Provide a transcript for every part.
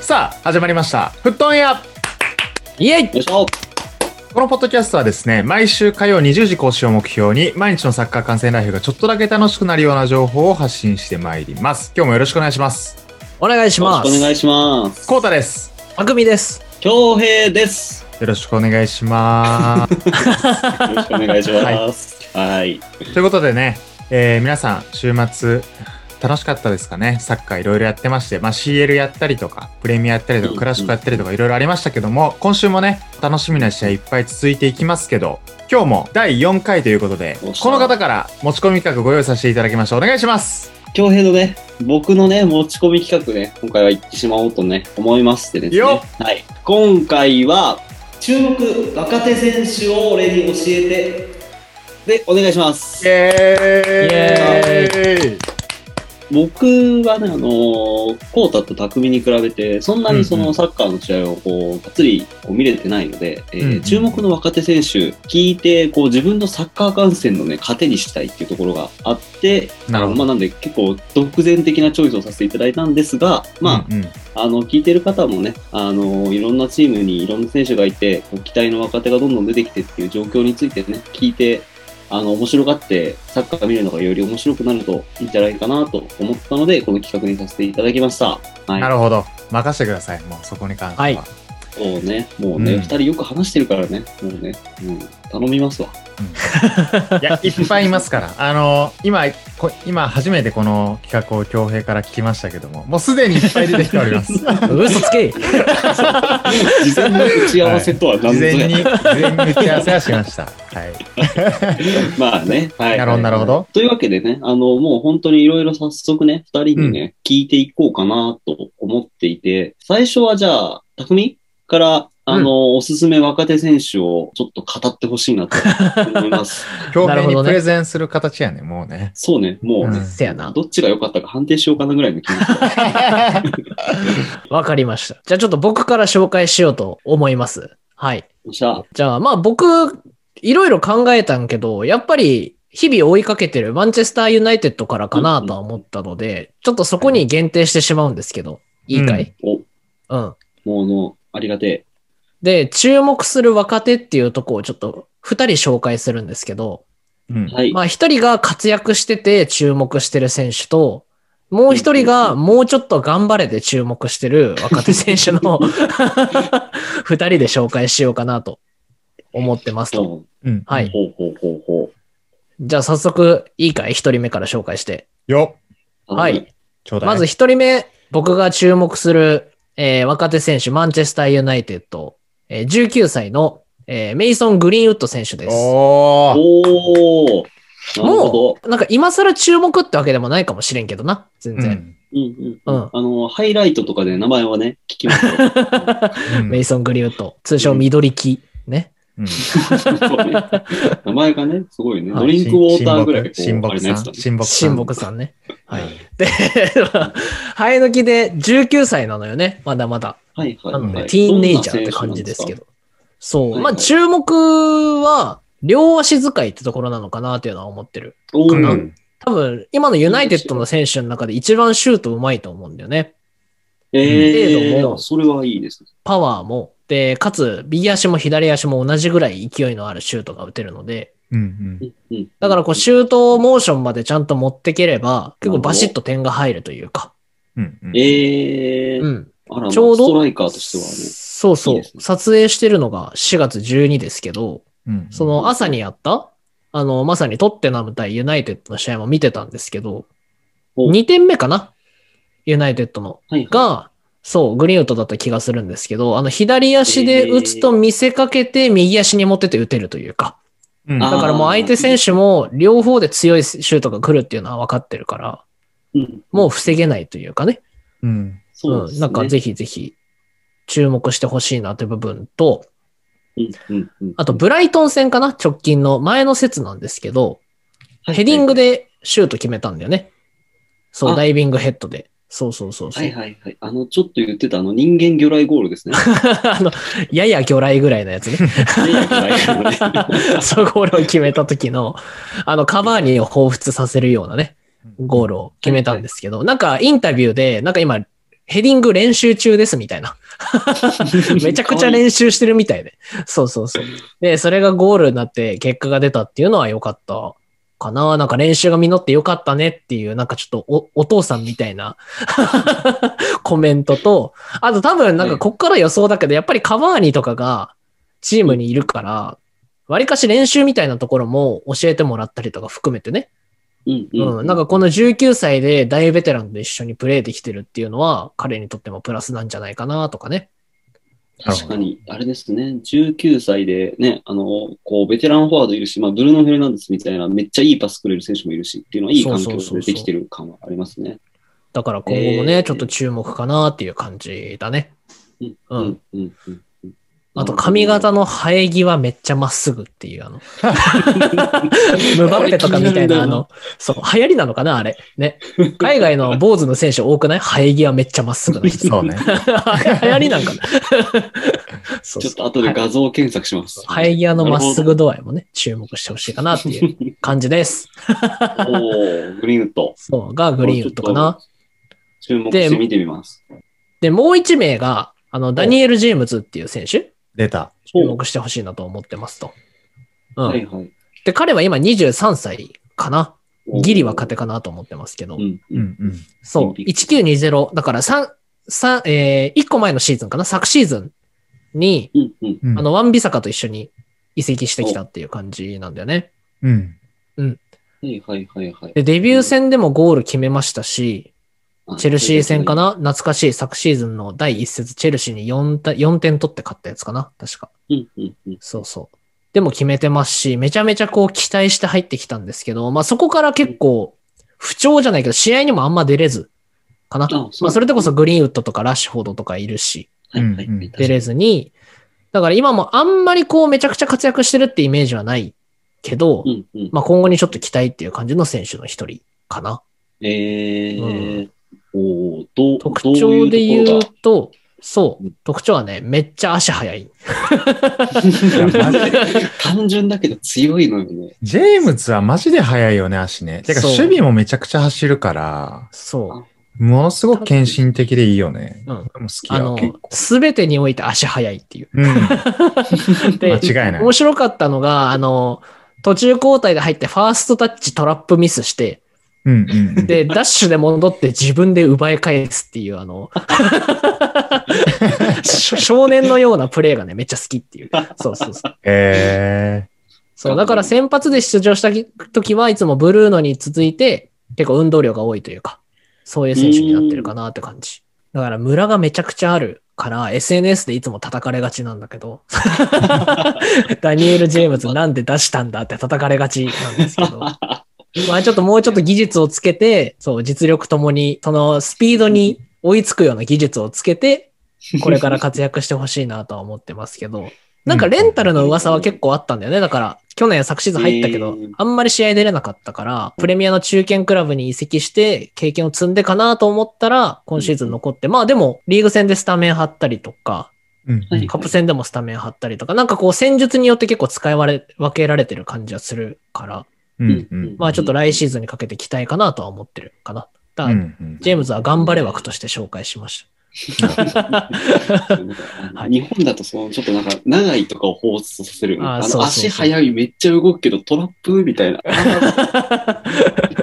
さあ、始まりました。フットオンエアイエイよいしょこのポッドキャストはですね、毎週火曜20時更新を目標に、毎日のサッカー観戦ライフがちょっとだけ楽しくなるような情報を発信してまいります。今日もよろしくお願いします。お願いしよろしまくおす。願いします。コウタです。あくみです。恭平です。よろしくお願いします。よろしくお願いします。はい。ということでね、えー皆さん、週末、楽しかったですかねサッカーいろいろやってまして、まあ、CL やったりとか、プレミアやったりとうんか、うんクラシックやったりとか、いろいろありましたけども、今週もね、楽しみな試合いっぱい続いていきますけど、今日も第4回ということで、おっしゃこの方から持ち込み企画ご用意させていただきました。お願いします恭平のね、僕のね、持ち込み企画ね、今回は行ってしまおうとね、思いましてですね。よはい。今回は、注目若手選手を俺に教えて、で、お願いしますイ。エーイ僕はね、あのー、コータと匠に比べて、そんなにそうんうのんサッカーの試合をこう、がっつりこう見れてないので、えーうんうん注目の若手選手、聞いて、こう、自分のサッカー観戦のね、糧にしたいっていうところがあって、なるほどまあ、なんで結構、独善的なチョイスをさせていただいたんですが、まあ、うんうんあの、聞いてる方もね、あの、いろんなチームにいろんな選手がいて、こう期待の若手がどんどん出てきてっていう状況についてね、聞いて、あの、面白がって、サッカー見るのがより面白くなるといいんじゃないかなと思ったので、この企画にさせていただきました。はい。なるほど。任せてください。もうそこに関しては。はいそうね。もうね、うん二、人よく話してるからね、もうね、うん、頼 みますわ。いや、いっぱいいますから。あの、今、こ今初めてこの企画を京平から聞きましたけども、もうすでにいっぱい出てきており ます。事嘘つけ事前の打ち合わせとは何ぞ前や。に、事前に打ち合わせはしました。はい。 まあね。はい。なるほどなるほど。というわけでね、あの、もう本当にいろいろ早速ね、二人にね、聞いていこうかなと思っていて、最初はじゃあ、匠から、あの、おすすめ若手選手をちょっと語ってほしいなと思います。 京なる平ほどにねプレゼンする形やね、もう ね。そうね、もう、うんせやな。どっちが良かったか判定しようかなぐらいの気持ち。わかりました。じゃあちょっと僕から紹介しようと思います。はい。よっしゃ、じゃあまあ僕、いろいろ考えたんけど、やっぱり日々追いかけてるマンチェスターユナイテッドからかなとは思ったので、ちょっとそこに限定してしまうんですけど、いいかい、うお、ん、もうの、ありがてで、注目する若手っていうとこをちょっと二人紹介するんですけど、うんえ。はい。まあ一人が活躍してて注目してる選手と、もう一人がもうちょっと頑張れで注目してる若手選手 の二人で紹介しようかなと思ってますどうと。もうんはい。ほうほうほうほじゃあ早速、いいかい一人目から紹介して。よう。はい。ちょうだい。まず、一人目、僕が注目する、えー若手選手、マンチェスターユナイテッド、えー19歳の、えーメイソン・グリーンウッド選手です。おー。おー。なるほども。う、なんか今更注目ってわけでもないかもしれんけどな、全然。うんう。うんんあの、ハイライトとかで名前はね、聞きますよ。うんメイソン・グリウッド、通称緑木。ね。うんそうね 名前がね、すごいね。はいドリンクウォーターぐらいこう、親あ睦れのさやつだん。ね。親睦さん。親睦さんね。 ははいい。で、生え抜きで19歳なのよね。まだまだ。はいはい。なのはで、いティーンネイジャーって感じですけ。ど。そはう。いまあ、注目は、両足使いってところなのかなっていうのは思ってる。どんなう選手なんですかおーん多分、今のユナイテッドの選手の中で一番シュートうまいと思うんだよね。え程度ー、もそれはいいですね。パワーも。で、かつ、右足も左足も同じぐらい勢いのあるシュートが打てるので、うんうん。うんうんだからこう、シュートモーションまでちゃんと持ってければ、結構バシッと点が入るというか。うんうん。えうー、ん。あら、ちょうどストライカーとしてはね。そうそういいですね撮影してるのが4月12ですけど、うんその朝にやった、あの、まさにトッテナム対ユナイテッドの試合も見てたんですけど、お2点目かなユナイテッドの。はいはい。が、そう、グリーンウッドだった気がするんですけど、あの、左足で打つと見せかけて、右足に持ってって打てるというか。うんあだからもう相手選手も、両方で強いシュートが来るっていうのは分かってるから、うんもう防げないというかね。うん。そうですん、ね。なんかぜひぜひ注目してほしいなという部分と、うんうんうんあとブライトン戦かな直近の前の説なんですけど、はいヘディングでシュート決めたんだよね。そあう、ダイビングヘッドで。そうそうそうそう。はいはいはい。あの、ちょっと言ってた、あの、人間魚雷ゴールですね。 あの、やや魚雷ぐらいのやつ ね。人間魚雷ゴールねそう、ゴールを決めた時の、あの、カバーニを彷彿させるようなね、ゴールを決めたんですけど、なんかインタビューで、なんか今、ヘディング練習中ですみたいな。 めちゃくちゃ練習してるみたいで。そうそうそう。で、それがゴールになって結果が出たっていうのは良かったかな。なんか練習が実って良かったねっていう、なんかちょっとおお父さんみたいな コメントと、あと多分なんかこっから予想だけど、やっぱりカバーニとかがチームにいるから、わりかし練習みたいなところも教えてもらったりとか含めてね。うんうん。うん、なんかこの19歳で大ベテランと一緒にプレーできてるっていうのは、彼にとってもプラスなんじゃないかなとかね。確かに、あれですね、19歳でね、あの、こう、ベテランフォワードいるし、まあ、ブルーノ・フェルナンデスみたいな、めっちゃいいパスくれる選手もいるし、っていうのは、いい環境でできてる感はありますね。だから今後もね、えーちょっと注目かなっていう感じだね。うんうんうんうんうんうんあと髪型の生え際めっちゃまっすぐっていう、あ の、ムバッペとかみたいな、あの、そう、流行りなのかなあれ。ね。海外の坊主の選手多くない生え際めっちゃまっすぐの 人。そうね。流行りなんかなそうちそょうっと後で画像検索します。生え際のまっすぐ度合いもね、注目してほしいかなっていう感じです。おーグリーンウッド。そう、がグリーンウッドかな。注目して見てみます。で、もう一名が、あの、ダニエル・ジェームズっていう選手、出た。注目してほしいなと思ってますと。うはいん。はい。で、彼は今23歳かな。ギリは勝て。てかなと思ってますけどう。んう。うんんうん。そう、1920。だから3、三えー、1個前のシーズンかな。昨シーズンに、うんうん。うんあの、ワンビサカと一緒に移籍してきたっていう感じなんだよね。うん。はいはいはいはい。で、デビュー戦でもゴール決めましたし、チェルシー戦かな懐かしい昨シーズンの第一節、チェルシーに 4, た4点取って勝ったやつかな確か。うんうんうん。そうそう。でも決めてますし、めちゃめちゃこう期待して入ってきたんですけど、まあそこから結構不調じゃないけど、試合にもあんま出れず、かな。あそうまあそれでこそグリーンウッドとかラッシュフォードとかいるし、はいはいうんはうんい。出れずに、だから今もあんまりこうめちゃくちゃ活躍してるってイメージはないけど、うんうん。まあ今後にちょっと期待っていう感じの選手の一人かな。えうー。おーどう特徴で言どう、ういうとことそうう、特徴はね、めっちゃ足速い。いやマジろが単純だけど強いのよ ね。ジェームズはマジで速いよね、足ね。てか、そう守備もめちゃくちゃ走るから、そう。ものすごく献身的でいいよね。うん俺も好きあよの結構、すべてにおいて足速 いっていう。うん。間で違いない面。白かったのが、あの、途中交代で入ってファーストタッチトラップミスして、うんうんうん。で、ダッシュで戻って自分で奪い返すっていう、あの、少少年のようなプレーがね、めっちゃ好きっていう。そうそうそう。えそう、だから先発で出場した時はいつもブルーノに続いて、結構運動量が多いというか、そういう選手になってるかなって感じ。だから村がめちゃくちゃあるから、SNS でいつも叩かれがちなんだけど、ダニエル・ジェームズなんで出したんだって叩かれがちなんですけど、まあちょっともうちょっと技術をつけて、そう、実力ともに、そのスピードに追いつくような技術をつけて、これから活躍してほしいなとは思ってますけど、なんかレンタルの噂は結構あったんだよね。だから、去年昨シーズン入ったけどえー、あんまり試合出れなかったから、プレミアの中堅クラブに移籍して、経験を積んでかなと思ったら、今シーズン残って、まあでも、リーグ戦でスタメン張ったりとか、ー。うんうんはいカップ戦でもスタメン張ったりとか、なんかこう戦術によって結構使い分けられてる感じはするから、うんうん。まあちょっと来シーズンにかけて期待かなとは思ってるかな。だうからんうんジェームズは頑張れ枠として紹介しましあの日本だとそのちょっとなんか長いとかを彷彿とさせる。あーあそうそうのそう足速いめっちゃ動くけどトラップみ たいな。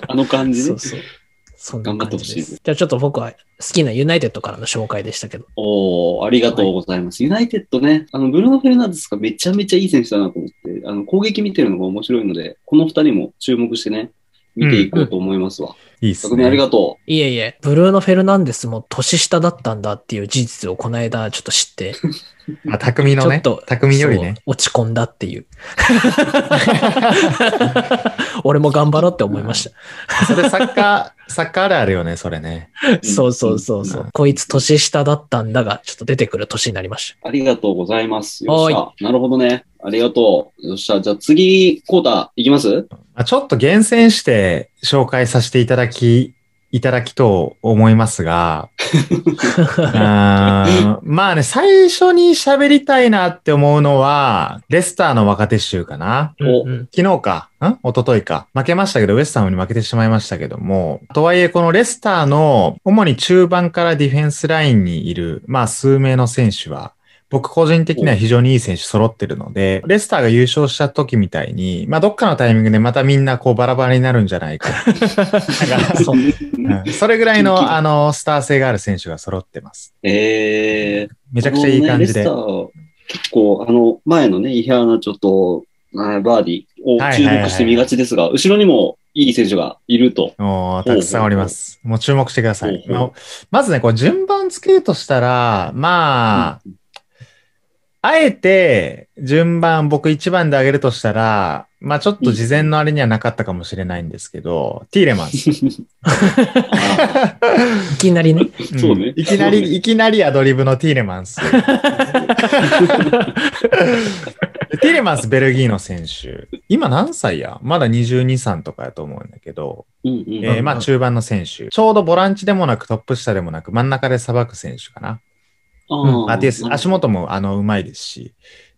あの感た。じそねう。そう。そんな頑張って感ほじしいでですす。じゃあちょっと僕は好きなユナイテッドからの紹介でしたけど。おおありがとうございます。ユナイテッドね、あの、ブルーノ・フェルナンデスがめちゃめちゃいい選手だなと思って、あの、攻撃見てるのが面白いので、この二人も注目してね、見ていこうと思いますわ。いいっす匠、ありね。がといえいえ、ブルーノ・フェルナンデスも年下だったんだっていう事実をこの間ちょっと知って、あ、匠のちょねっと。、匠よりね。そう落ち込んだっていう。俺も頑張ろうって思いました。それサッカー、 サッカーあるあるよね、それね。う。そうそうそうそう。こいつ年下だったんだが、ちょっと出てくる年になりましありがとうございます。よっしゃ。なるほどね。ありがとう。よっしゃ。じゃあ次、コータ、いきますまあちょっと厳選して紹介させていただきいただきと思いますが、うーんまあね、最初に喋りたいなって思うのは、レスターの若手集かな。お うんうん昨日か、ん一昨日か。負けましたけど、ウエスタンに負けてしまいましたけども、とはいえ、このレスターの、主に中盤からディフェンスラインにいる、まあ、数名の選手は、僕個人的には非常にいい選手揃ってるので、レスターが優勝した時みたいに、まあ、どっかのタイミングでまたみんなこうバラバラになるんじゃないか。なんかそううんそれぐらいキンキンの、あの、スター性がある選手が揃ってます。えー、めちゃくちゃいい感じであ。のねレスター結構、あの、前のね、イヒャーナちょっと、あーバーディを注目して見がちですが、後ろにもいい選手がいると。もうたくさんおります。もう注目してください。ほうほまあまずね、こう順番つけるとしたら、まあ、あえて順番僕1番で上げるとしたら、まあちょっと事前のあれにはなかったかもしれないんですけど、ティーレマンス。あいきなりね。ん そうねいきなそうねり、いきなりアドリブのティーレマ ンス。でティーレマンス、ベルギーの選手。今何歳やまだ22、3とかやと思うんだけど、うんうんえーまあ中盤の選手。ちょうどボランチでもなくトップ下でもなく真ん中で捌く選手かな。うん、あで足元もあのうまいですし、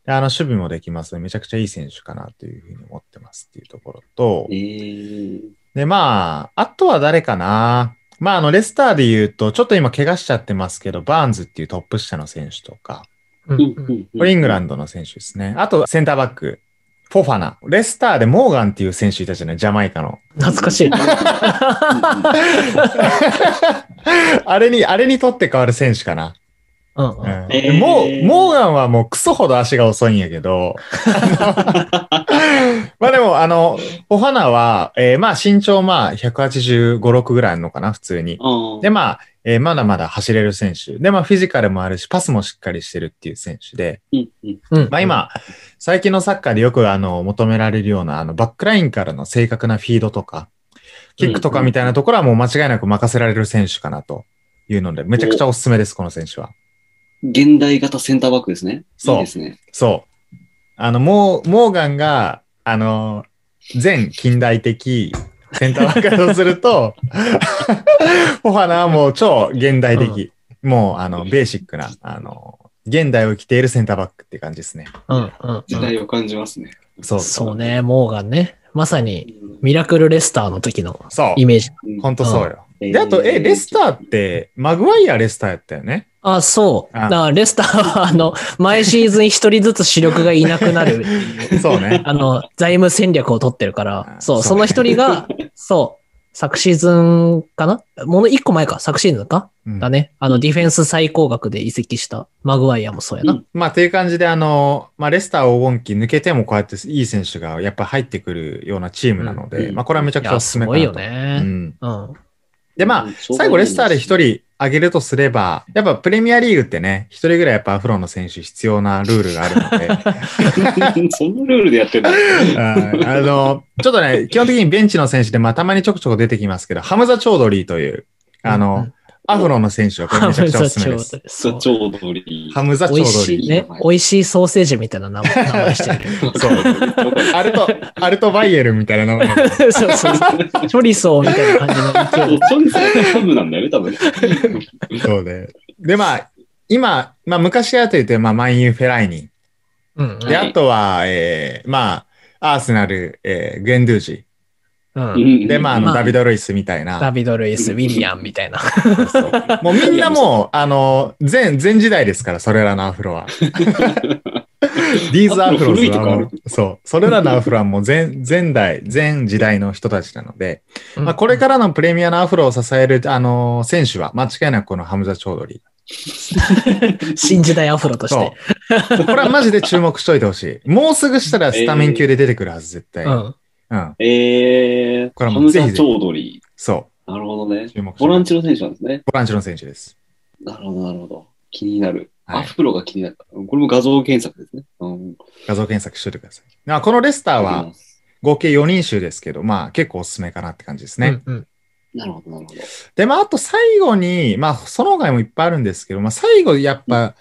であの守備もできます。めちゃくちゃいい選手かなというふうに思ってますっていうところとえ、ー、で、まあ、あとは誰かな。まあ、あの、レスターで言うと、ちょっと今怪我しちゃってますけど、バーンズっていうトップ下の選手とか、うんうんうんうんうんこれイングランドの選手ですね。あと、センターバック、フォファナ。レスターでモーガンっていう選手いたじゃない、ジャマイカの。懐か しい。あれに、あれにとって変わる選手かな。うんううんんえーモーモーガンはもうクソほど足が遅いんやけど、 まあでも、あの、お花は、えーまあ身長まあ185、6ぐらいあるのかな、普通に。あで、まあ、えーまだまだ走れる選手。で、まあフィジカルもあるし、パスもしっかりしてるっていう選手で、うんうんうん。まあ今、最近のサッカーでよくあの、求められるような、あの、バックラインからの正確なフィードとか、キックとかみたいなところはもう間違いなく任せられる選手かなというので、めちゃくちゃおすすめです、この選手は。現代型センターバックですね。そういいですね。そう。あの、モー、モーガンが、あの、全近代的センターバックだとすると、フォファナはもう超現代的。もう、あの、ベーシックな、あの、現代を生きているセンターバックって感じですね。うんうん時代を感じますね。そうそうね、モーガンね。まさに、うミラクルレスターの時のそうイ。メージ。んほんとそうよ。うんで、あと、え、レスターって、マグワイアレスターやったよね。あ、そう。あだからレスターは、あの、毎シーズン一人ずつ主力がいなく なる、そうね。あの、財務戦略を取ってるから、あそう、そそうのね一人 が、そう、昨シーズンかなもの一個前か、昨シーズンか うんだね。あの、ディフェンス最高額で移籍したマグワイアもそうやな。まあ、という感じで、あの、まあ、レスター黄金期抜けてもこうやっていい選手がやっぱ入ってくるようなチームなので、うんまあ、これはめちゃいくちゃや、おすすすめかごないとようね。ん。うん。で、まあ、最後レスターで一人上げるとすれば、やっぱプレミアリーグってね、一人ぐらいやっぱアフロの選手必要なルールがある ので、 そんなルールでや ってるのうんあの、ちょっとね、基本的にベンチの選手で、まあ、たまにちょくちょく出てきますけど、ハムザ・チョードリーという、あうのん、アフロの選手はこれめちゃくちゃおすすめです。 そそううちょうどり。ハ ムザ・チョ美ー味ドしリいね。美味しいソーセージみたいな名前名前してる。ー。そう。アルト、アルト・バイエルみたいな名前。そうそうそう。チョリソーみたいな感じの勢い。そうですね。ハムなんだよね、多分。そうで。で、まあ、今、まあ、昔はというと、まあ、マイン・ユー・フェライニー。うんで、はいあとは、えーまあ、アーセナル、えーグエンドゥージ。うん。うん。でで、まあ、あまの、あダビド・ルイスみたいダな。ビド・ルイス、ウィリアンみたいな。もうみんなもう、あの、全、全時代ですから、それらのアフロは。リーズ・アフロ古ズいとはこあもるう、そう、それらのアフロはもう全、全代、全時代の人たちなので、まあ、これからのプレミアのアフロを支える、あの、選手は、間違いなくこのハムザ・チョードリー。新時代アフロとしそて。う。これはマジで注目しといてほしい。もうすぐしたらスタメン級で出てくるはず、絶対。ううん。ん。えー、これはハもムうぜひザ・ぜひチョードリそー。なるほどねう。。注目してボランチの選手なんですね。ボランチの選手です。なるほど、なるほど。気になる。はいアフロが気になる。これも画像検索ですね。うん。画像検索しといてください。あこのレスターは合計4人衆ですけど、まあ結構おすすめかなって感じですね。うんうん。なるほど、なるほど。で、まああと最後に、まあその他にもいっぱいあるんですけど、まあ最後やっぱ、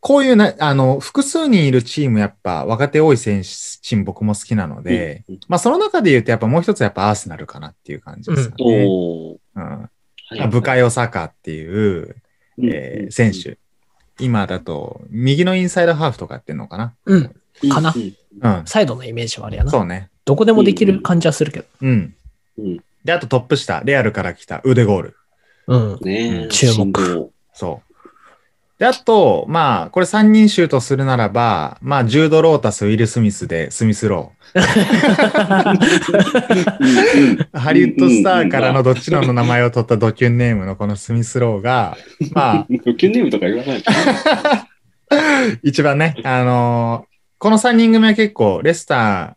こういうな、あの、複数人いるチーム、やっぱ若手多い選手、チーム僕も好きなので、うんうんまあその中で言うとやっぱもう一つやっぱアーセナルかなっていう感じですかね。おー。うんはいブカヨサカっていう、うんえー選手。今だと、右のインサイドハーフとかやってんのかなうん。うんかなうんうん。サイドのイメージはあれやな。そうね。どこでもできる感じはするけど。うん。うんで、あとトップ下、レアルから来た腕ゴール。うん。うねんえ注目神童そう。で、あと、まあ、これ3人シュートするならば、まあ、ジュード・ロータス、ウィル・スミスで、スミス・ロうんうんー。ハリウッドスターからのどっちの名前を取ったドキュンネームのこのスミス・ローが、まあ、ドキュンネームとか言わない。一番ね、あのーこの3人組は結構、レスタ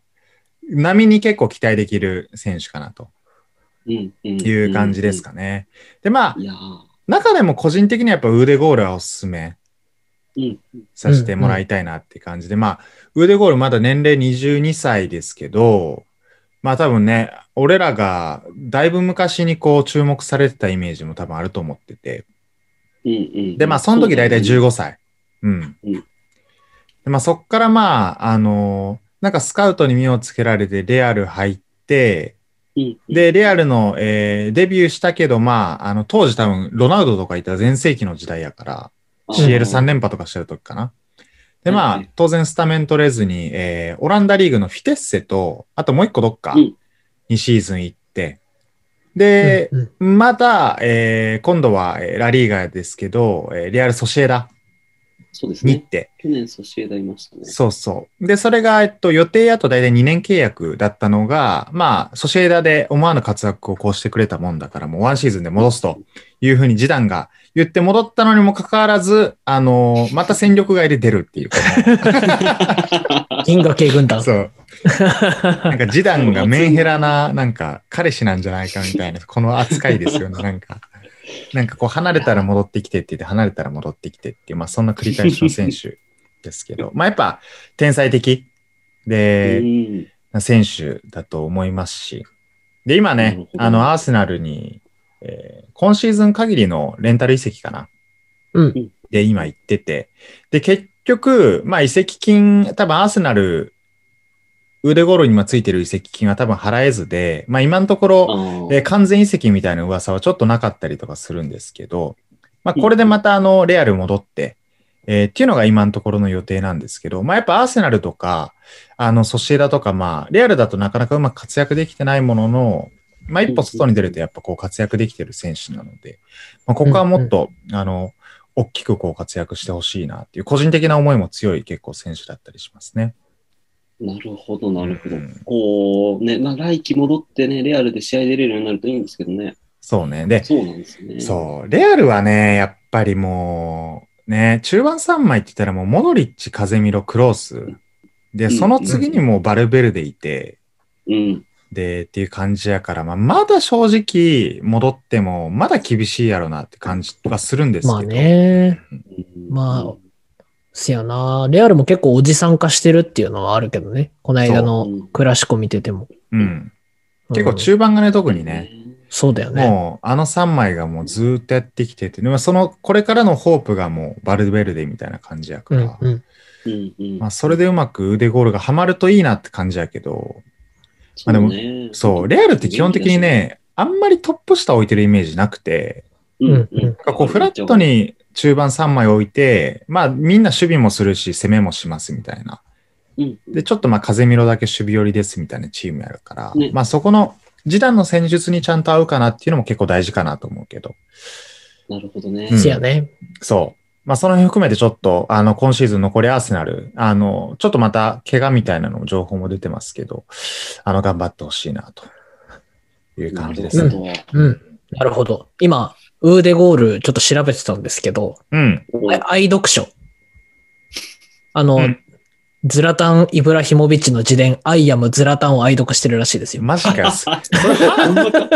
ー、並みに結構期待できる選手かなとうんう んいう感じです。かね。で、まあい、やー中でも個人的にはやっぱ腕ゴールはおすすめうんさせてもらいたいなって感じで、まあ、腕ゴールまだ年齢22歳ですけど、まあ多分ね、俺らがだいぶ昔にこう注目されてたイメージも多分あると思ってて、うんうん。で、まあその時大体15歳。うん。うんでまあそっからまあ、あのーなんかスカウトに目をつけられてレアル入って、うんうん、で、レアルの、えーデビューしたけど、まあ、あの、当時多分、ロナウドとかいた全盛期の時代やから、CL3 連覇とかしてる時かな。で、まはいあはい、当然スタメン取れずに、えーオランダリーグのフィテッセと、あともう一個どっかうんにシーズン行って、で、うんまた、えー今度は、えーラリーガですけど、えーレアルソシエダそうですに行っね。て、去年ソシエダいましたね。そうそう。で、それが、えっと、予定やと大体2年契約だったのが、まあ、ソシエダで思わぬ活躍をこうしてくれたもんだから、もうワンシーズンで戻すというふうに示談が言って戻ったのにもかかわらず、あのーまた戦力外で出るっていうこ銀河系軍と。団。そう。なんか示談がメンヘラな、なんか彼氏なんじゃないかみたいな、この扱いですよね、なん か。なんかこう、離れたら戻ってきてって言って、離れたら戻ってきてっていう、まあ、そんな繰り返しの選手ですけど、まあ、やっぱ、天才的。で、うん選手だと思いますし。で、今なるほね、どあの、アーセナルに、えー今シーズン限りのレンタル移籍かな。うん。で、今行ってて。で、結局、まあ、移籍金、多分アーセナル、腕頃に今ついてる移籍金は多分払えずで、まあ、今のところ、あえーー完全移籍みたいな噂はちょっとなかったりとかするんですけど、まあ、これでまたあのレアル戻って、えーっていうのが今のところの予定なんですけど、まあ、やっぱアーセナルとか、あのソシエダとか、まあ、レアルだとなかなかうまく活躍できてないものの、まあ、一歩外に出るとやっぱこう活躍できてる選手なので、まあ、ここはもっと、あの、大きくこう活躍してほしいなっていう、個人的な思いも強い結構選手だったりしますね。なるほど、なるほどうん。こう、ね、まあ、来季戻ってね、レアルで試合出れるようになるといいんですけどね。そうね。で、そうなんですね。そう、レアルはね、やっぱりもう、ね、中盤3枚って言ったらもう、モドリッチ、カゼミロ、クロース。で、うんその次にもうバルベルでいて、う。うん。で、っていう感じやから、まあ、まだ正直戻っても、まだ厳しいやろなって感じはするんですけど。まあね。まあせやな。レアルも結構おじさん化してるっていうのはあるけどね。この間あのクラシコ見てても。うん。結構うん中盤がね、特にね、。そうだよね。もう、あの3枚がもうずーっとやってきてて、でもその、これからのホープがもう、バルベルデみたいな感じやかうら、んうん。うんうん。まあ、それでうまく腕ゴールがはまるといいなって感じやけど、そうね、まあそう、レアルって基本的にね、あんまりトップ下置いてるイメージなくて、うん、うん、うんうんなんかこうフラットに中盤3枚置いて、まあみんな守備もするし、攻めもしますみたいな。うん、で、ちょっとまあ風見ろだけ守備寄りですみたいなチームやるから、ねまあそこの時短の戦術にちゃんと合うかなっていうのも結構大事かなと思うけど、なるほどね。うんせやね。そう。まあその辺含めてちょっと、あの、今シーズン残りアーセナル、あの、ちょっとまた怪我みたいなのも情報も出てますけど、あの、頑張ってほしいなというな感じるですほね。ど。うん。なるほど。今、ウーデゴールちょっと調べてたんですけど、うん。おあ愛読書。あの、うんズラタン・イブラヒモビッチの自伝、アイアム・ズラタンを愛読してるらし いですよ。マジか よ。それ、ほんまか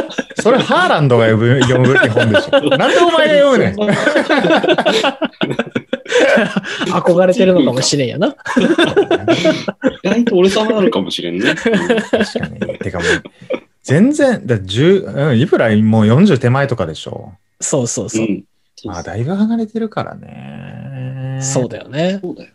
それハーランドが呼ぶ読む絵本でし ょ。なんでお前が読む ねん。憧れてるのかもしれんやな。意外と俺様なのかもしれん ね。確かに。てかもう、全然、だ十うん、いくらもう40手前とかでしょ。そうそううそう。ん。まあ、だいぶ離れてるからね。そうだよね。 そうだよ。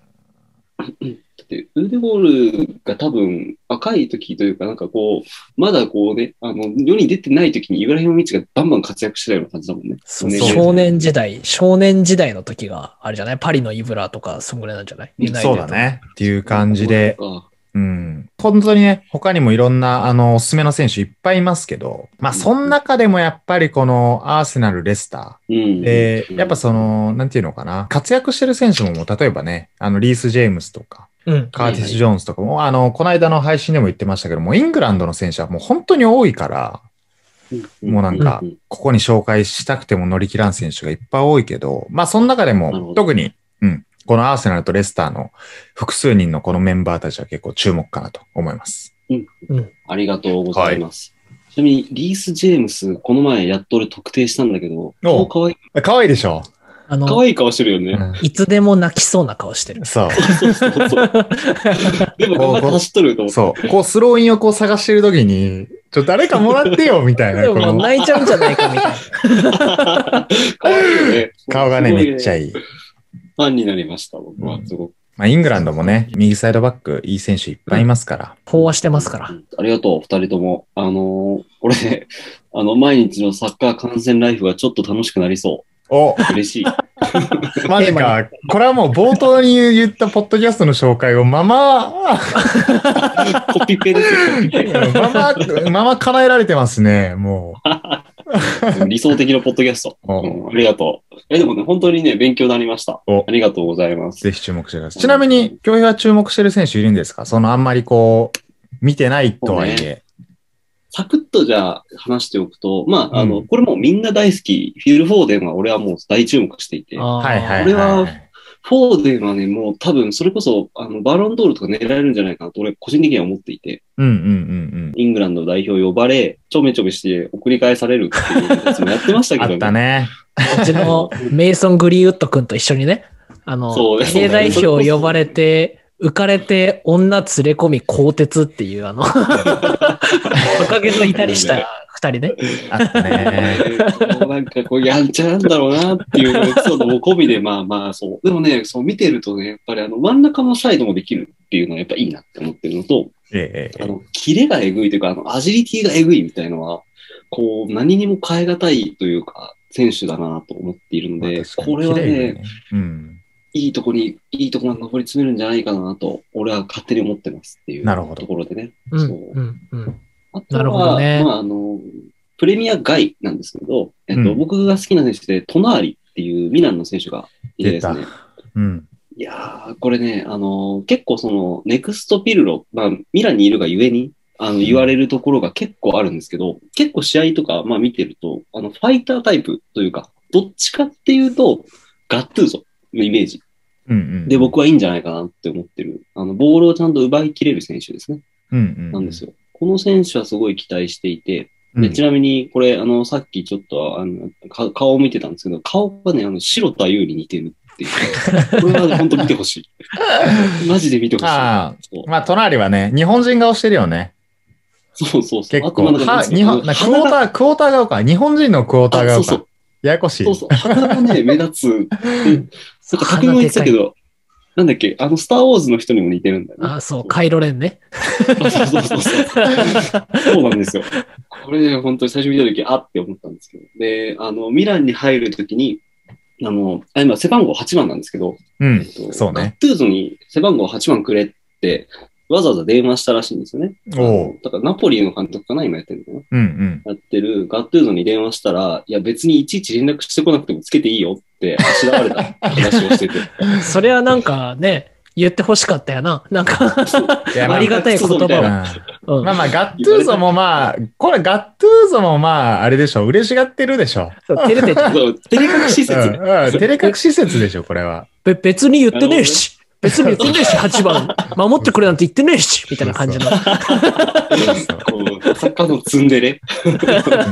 って、ウルデゴールが多分赤い時というか、なんかこう、まだこうね、あの、世に出てない時にイブラヒモビッチがバンバン活躍してたような感じだもんね。そうね少年時代、少年時代の時が、あれじゃないパリのイブラとか、そんぐらいなんじゃないユナイテッそうドだね。っていう感じで、あうん。本当にね、他にもいろんな、あの、おすすめの選手いっぱいいますけど、まあ、その中でもやっぱりこのアーセナル、レスター、うん。で、やっぱその、なんていうのかな、活躍してる選手ももう、例えばね、あの、リース・ジェームスとか、うん。カーティス・ジョーンズとかも、あの、この間の配信でも言ってましたけども、イングランドの選手はもう本当に多いから、もうなんかここに紹介したくても乗り切らん選手がいっぱい多いけど、まあ、その中でなるほも、ど特に、うん、このアーセナルとレスターの複数人のこのメンバーたちは結構注目かなと思います。ありがとうございます。ちなみに、リース・ジェームス、この前やっと俺特定したんだけど、顔可愛い、可愛いでしょ、あ可の、愛い顔してるようね。ん、いつでも泣きそうな 顔してる。そう。そうそうそう。でも頑張って走っとると 思って。そう。こう、スローインをこう探してるときに、ちょ、誰かもらってよ、みたいな。でこももうの泣いちゃうんじゃないかみたいな。可愛いよね。顔がね、めっちゃい。いい。ファンになりました、僕は。すごく。まあ、イングランドもね、右サイドバック、いい選手いっぱいいますから。飽和してますから。う。んありがとう、二人とも。あのーこれ ね、あの、毎日のサッカー観戦ライフがちょっと楽しくなりそお、う。嬉しい。マジか。これはもう冒頭に言ったポッドキャストの紹介を、まま、コピペですよ、コピペ。まま、まま叶えられてますね、も理想的なポッドキャスト。 う。おうんありがとう。え、でもね、本当にね、勉強になりました。おありがとうございます。ぜひ注目してください。ちなみに、競泳は注目してる選手いるんですかその、あんまりこう、見てないとはいえ。サクッとじゃあ話しておくと、まあ、あの、うんこれもうみんな大好き、フィル・フォーデンは俺はもう大注目していて、フはいはいいこれは。はいォーデンはね、もう多分それこそ、あの、バロンドールとか狙えるんじゃないかなと俺個人的には思っていて、うんうんうんイングランド代表呼ばれ、ちょめちょめして送り返されるっていうやつもやってましたうん。けあどったね。うちのメイソン・グリーウッド君と一緒に ね、あの、そうですね A 代表呼ばれて、浮かれて、女連れ込み、鋼鉄っていう、 あの、若気の至りした二人ね。あったね。 もうなんかこう、やんちゃなんだろうなっていうエピソードも込みで、まあまあそう。でもね、そう見てるとね、やっぱりあの、真ん中のサイドもできるっていうのはやっぱいいなって思ってるのと、えええあえの、キレがえぐいというか、あの、アジリティがえぐいみたいのは、こう、何にも変え難いというか、選手だなと思っているので、確かにこれは綺麗よね、うん。いいとこに、いいとこまで登り詰めるんじゃないかなと、俺は勝手に思ってますっていうなるほどところでね。うん、そううん、うん。あとなるほどは、ねまあ、あの、プレミア外なんですけど、えっと、うん僕が好きな選手で、トナーリっていうミランの選手がいてですね出。うん。いやー、これね、あのー結構その、ネクストピルロ、まあ、ミランにいるがゆえに、あの、言われるところが結構あるんですけど、結構試合とか、まあ見てると、あの、ファイタータイプというか、どっちかっていうと、ガッツーゾのイメージ。うんうん。で、僕はいいんじゃないかなって思ってる。あの、ボールをちゃんと奪いきれる選手ですね。うんうん、なんですよ。この選手はすごい期待していて、うでん。ちなみに、これ、あの、さっきちょっと、あの、か顔を見てたんですけど、顔がね、あの、白田優に似てるっ ていう。これはね本当見てほしい。マジで見てほしい。あそうまあ、隣はね、日本人顔してるよね。そうそうそう。結構。あとまあは、日本、なクォーター、クォーター顔か。日本人のクォーター顔あそうそうか。ややこしい。そうそう。鼻がね、目立つ。 そっか、匠も言ってたけど、なんだっけ、あの、スター・ウォーズの人にも似てるんだよね。あ、そう、カイロレンね。そうそうそうそう。そうなんですよ。これね、本当に最初見たとき、あって思ったんですけど。で、あの、ミランに入るときに、あの、あ今、背番号8番なんですけど、うんえっ。とそうねガットゥーゾに背番号8番くれって、わざわざ電話したらしいんですよね。おう。だから、ナポリの監督かな今やってるのかなうんやってるガットゥーゾに電話したら、いや別にいちいち連絡してこなくてもつけていいよってあしらわれた話をしてて。それはなんかね、言って欲しかったよな。なん か、うん。いやまありがたい言葉をみたあいなううんんまあまあ、ガットゥーゾもまあ、これガットゥーゾもまあ、あれでしょ。嬉しがってるでしょ。そう照れ てちゃうそうテレビ施う設、ん。うん。照れ隠し説でしょ、これは。 べ別に言ってねえし。別に言ってねえし、8番。守ってくれなんて言ってねえし。みたいな感じの。そうそうこうサッカーのツンデレな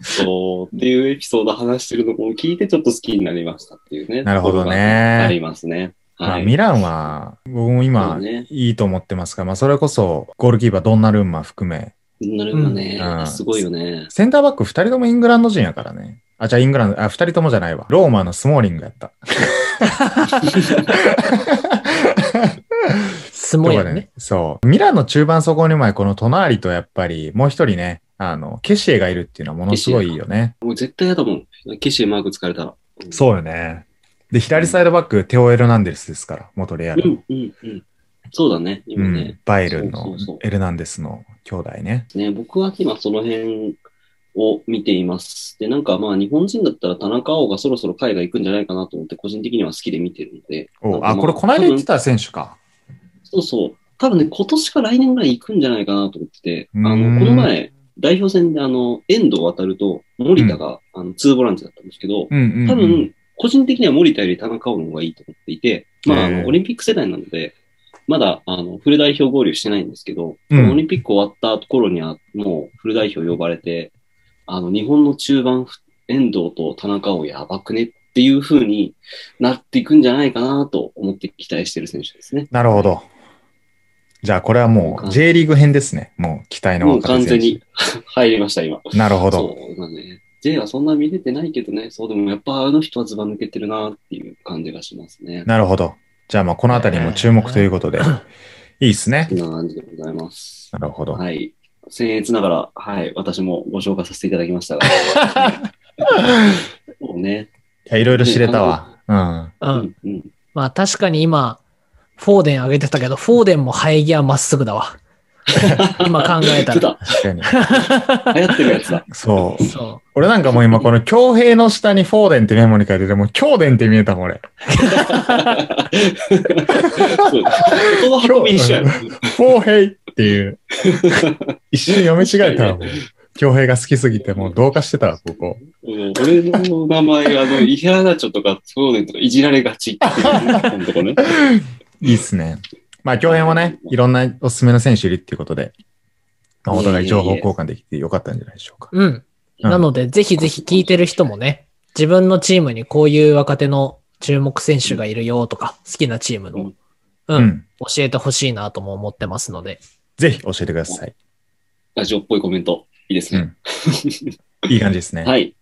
そうっていうエピソード話してるのを聞いてちょっと好きになりましたっていうね。るほどあね。りますね。まあ、はい。ミランは、僕もそう今、ね。いいと思ってますが、まあ、それこそ、ゴールキーパー、ドンナルンマ含め、なるほどね、うんすごいよね。センターバック2人ともイングランド人やからね。あ、じゃあイングランド、あ、2人ともじゃないわ。ローマのスモーリングやった。相と撲かやでね。ね。そう。ミランの中盤そこに前、この隣とやっぱり、もう一人ね、あの、ケシエがいるっていうのはものすごいいいよね。もう絶対やだもん。ケシエマーク疲れたら。そうよね。で、左サイドバック、テオ・エルナンデルスですから、元レアうルの。んうんうん。そうだね、う今ね。ん。バイエルンそのうそうそうエルナンデスの兄弟ね。ね、僕は今その辺を見ています。で、なんかまあ日本人だったら田中碧がそろそろ海外行くんじゃないかなと思って個人的には好きで見てるので。なおんかあ、まこれこないだ言って多分た選手か。そうそう。多分ね、今年か来年ぐらい行くんじゃないかなと思ってて、あうーんの、この前、代表戦であの、遠藤渡ると森田が、あの、ツーボランチだったんですけど、うんうんうん。多分、個人的には森田より田中碧の方がいいと思っていて、まあ、あへえのオリンピック世代なので、まだあのフル代表合流してないんですけど、うんオリンピック終わった頃にはもうフル代表呼ばれて、あの日本の中盤、遠藤と田中碧やばくねっていう風になっていくんじゃないかなと思って期待してる選手ですね。なるほど。じゃあ、これはもう J リーグ編ですね。もう期待のもう若手完選手全に入りました、今。なるほど。そうだね。J はそんな見れてないけどね、そうでもやっぱあの人はズバ抜けてるなっていう感じがしますね。なるほど。じゃあ、まあ、このあたりも注目ということで、いいですねそ。んな感じでございます。なるほど。はい。僭越ながら、はい、私もご紹介させていただきましたが。 そうね。いや、いろいろ知れたわ。うん。う。うんん、うん。まあ確かに今、フォーデン上げてたけど、フォーデンも生え際まっすぐだわ。今考えた出ら。た。確かに。流行ってるやつだ。そう。そ俺なんかもう今、この強兵の下にフォーデンってメモに書いてて、もう強電って見えたもん、俺。そう言葉運び一緒やん。フォーヘイって いう。一瞬読み違えたらもう、強兵が好きすぎて、もう同化してたわ、ここ。うん俺の名前、あの、イヘラナチョとか、そうねとか、いじられがちっていうこのとこね。いいっすね。まあ、強兵もね、いろんなおすすめの選手いるっていうことで、まあ、お互い情報交換できてよかったんじゃないでしょうか。う。うん。うんなので、ぜひぜひ聞いてる人もね、自分のチームにこういう若手の注目選手がいるよとか、好きなチームの、う、うんん。教えてほしいなとも思ってますので。ぜひ教えてください。ラジオっぽいコメント。いいで すね。いい感じですね。はい。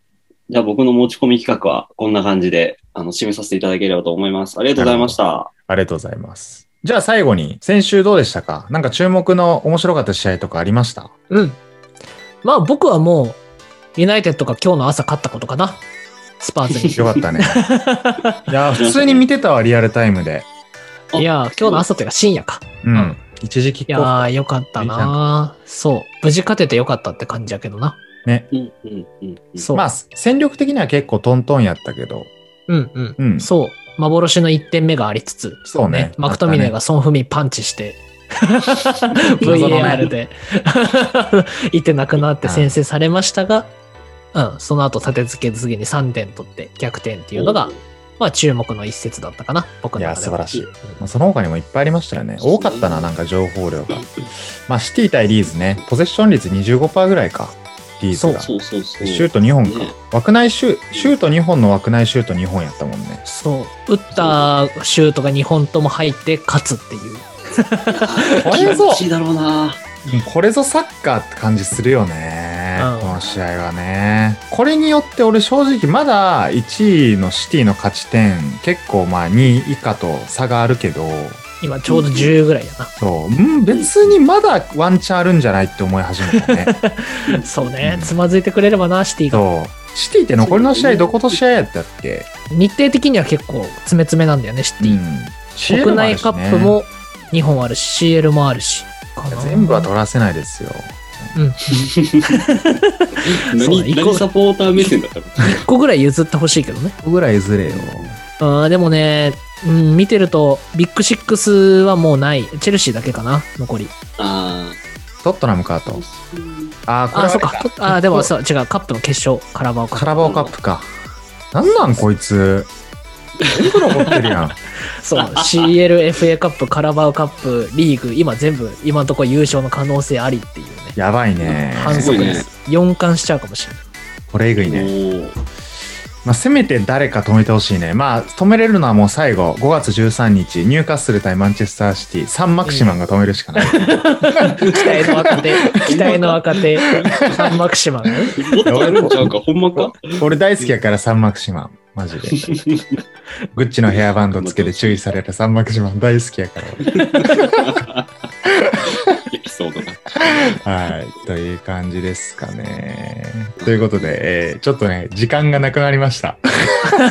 じゃあ僕の持ち込み企画は、こんな感じで、あの、締めさせていただければと思います。ありがとうございました。ありがとうございます。じゃあ最後に、先週どうでしたかなんか注目の面白かった試合とかありましたうん。まあ僕はもう、ユナイテッドが今日の朝勝ったことかな。スパーズに。よかったね。いや、普通に見てたわ、リアルタイムで。あいやー、今日の朝というか深夜か。うん。うん一時キいッやクオフー、よかったなーそう。無事勝ててよかったって感じやけどな。ね。うん、うん、うん。そう。まあ、戦力的には結構トントンやったけど。うんうん。うん。そう。幻の1点目がありつつ、そうねマクトミネがソン・フミンパン チして、VAR で、 いてなくなって先制されましたが、うん、その後立て付け次に3点取って逆転っていうのが、まあ注目の一節だったかな、僕の中いでは。や、素晴らしい。まうあ、んその他にもいっぱいありましたよね。そう多ねかったな、なんか情報量が。まあ、シティ対リーズね。ポゼッション率25%ぐらいか。リーズが。そうそうそう。シュート2本かね。枠内シュシュート2本の枠内シュート2本やったもんね。そう。打ったシュートが2本とも入って勝つっていう。 これぞ欲しいだろ うな。これぞサッカーって感じするよね、うんこの試合はねこれによって俺正直まだ1位のシティの勝ち点結構まあ2位以下と差があるけど今ちょうど10ぐらいやそう、うん、別にまだワンチャンあるんじゃないって思い始め たねな。そうねう。んつまずいてくれればな、シティが。そうシティって残りの試合どこと試合やったっけ、日程的には結構詰め詰めなんだよね、シうティ。ん、CL 国もある内しカップも2本あるし、CL もあるし。かな全部は取らせないですようん。そうだ何一個何サポーター目線だった の1個ぐらい譲ってほしいけどね。ここぐらいずれよあーでもね、うん、見てると、ビッグシックスはもうない。チェルシーだけかな、残り。あトットナムかとあ。ああこあれー、そはっか。とあーでもそう、違う。カップの決勝、カラバオカッカラバオカップか。なんなんこいつ。全部残ってる やん。プ。そう、CLFA カップ、カラバオカップ、リーグ、今全部、今のところ優勝の可能性ありっていうね。やばいね。反すご則いねです。4冠しちゃうかもし れない。これえぐいね。ね。まあ、せめて誰か止めてほしいね。まあ、止めれるのはもう最後、5月13日、ニューカッスル対マンチェスターシティ、サンマクシマンが止めるしかない。期待の若手、期待の若手、サンマクシマンね。もっとあるんちゃうか、ほんまか俺大好きやから、サンマクシマン。マジで。グッチのヘアバンドつけ て注意された三幕島大好きやから。エピソードが。はい。という感じですかね。ということで、えーちょっとね、時間がなくなりました。は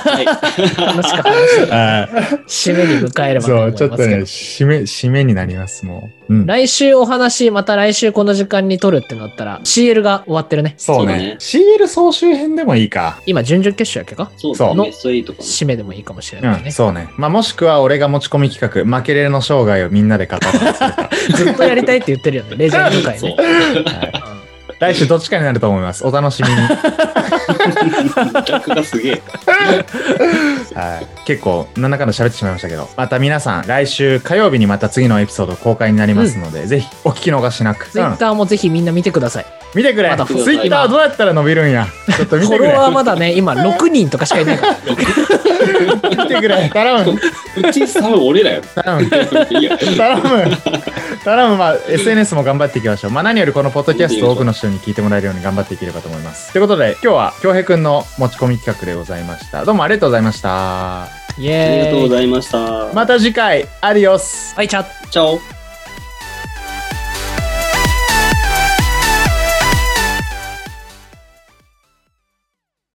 楽しかったです。は締めに迎えい。ればとそ、思いうちますけょっど。とね、締め、締めになります、もう。うん。来週お話、また来週この時間に撮るってなったら、CL が終わってるね。そうね。CL 総集編でもいいか。今、準々決勝やっけかい。そうそうだね。ベスト8か締めでもいいかもしれないね。うん、そうね。まあ、もしくは俺が持ち込み企画、負けれの生涯をみんなで語るとする か。ずっとやりたいって言ってる よね。レジェンドな。界そねう。。はい来週どっちかになると思います。お楽しみに。 逆がすげえ。はい、結構何らかの喋ってしまいましたけどまた皆さん来週火曜日にまた次のエピソード公開になりますので、ぜひお聞き逃しなく、うん Twitter もぜひみんな見てください。見てくれ、まだツイッターどうやったら伸びるんやちょっとフ見ォてくロれワーまだね、今6人とかしかいな いから。見てくれ頼むうち3俺らよ。頼 む いや、頼む頼む、まあ、SNS も頑張っていきましょう、まあ、何よりこのポッドキャストを多くの人に聞いてもらえるように頑張っていければと思いますということで今日は恭平くんの持ち込み企画でございましたどうもありがとうございましたイありがとうェーごイ。ざいました。また次回アディオスはい、チャットチャオ。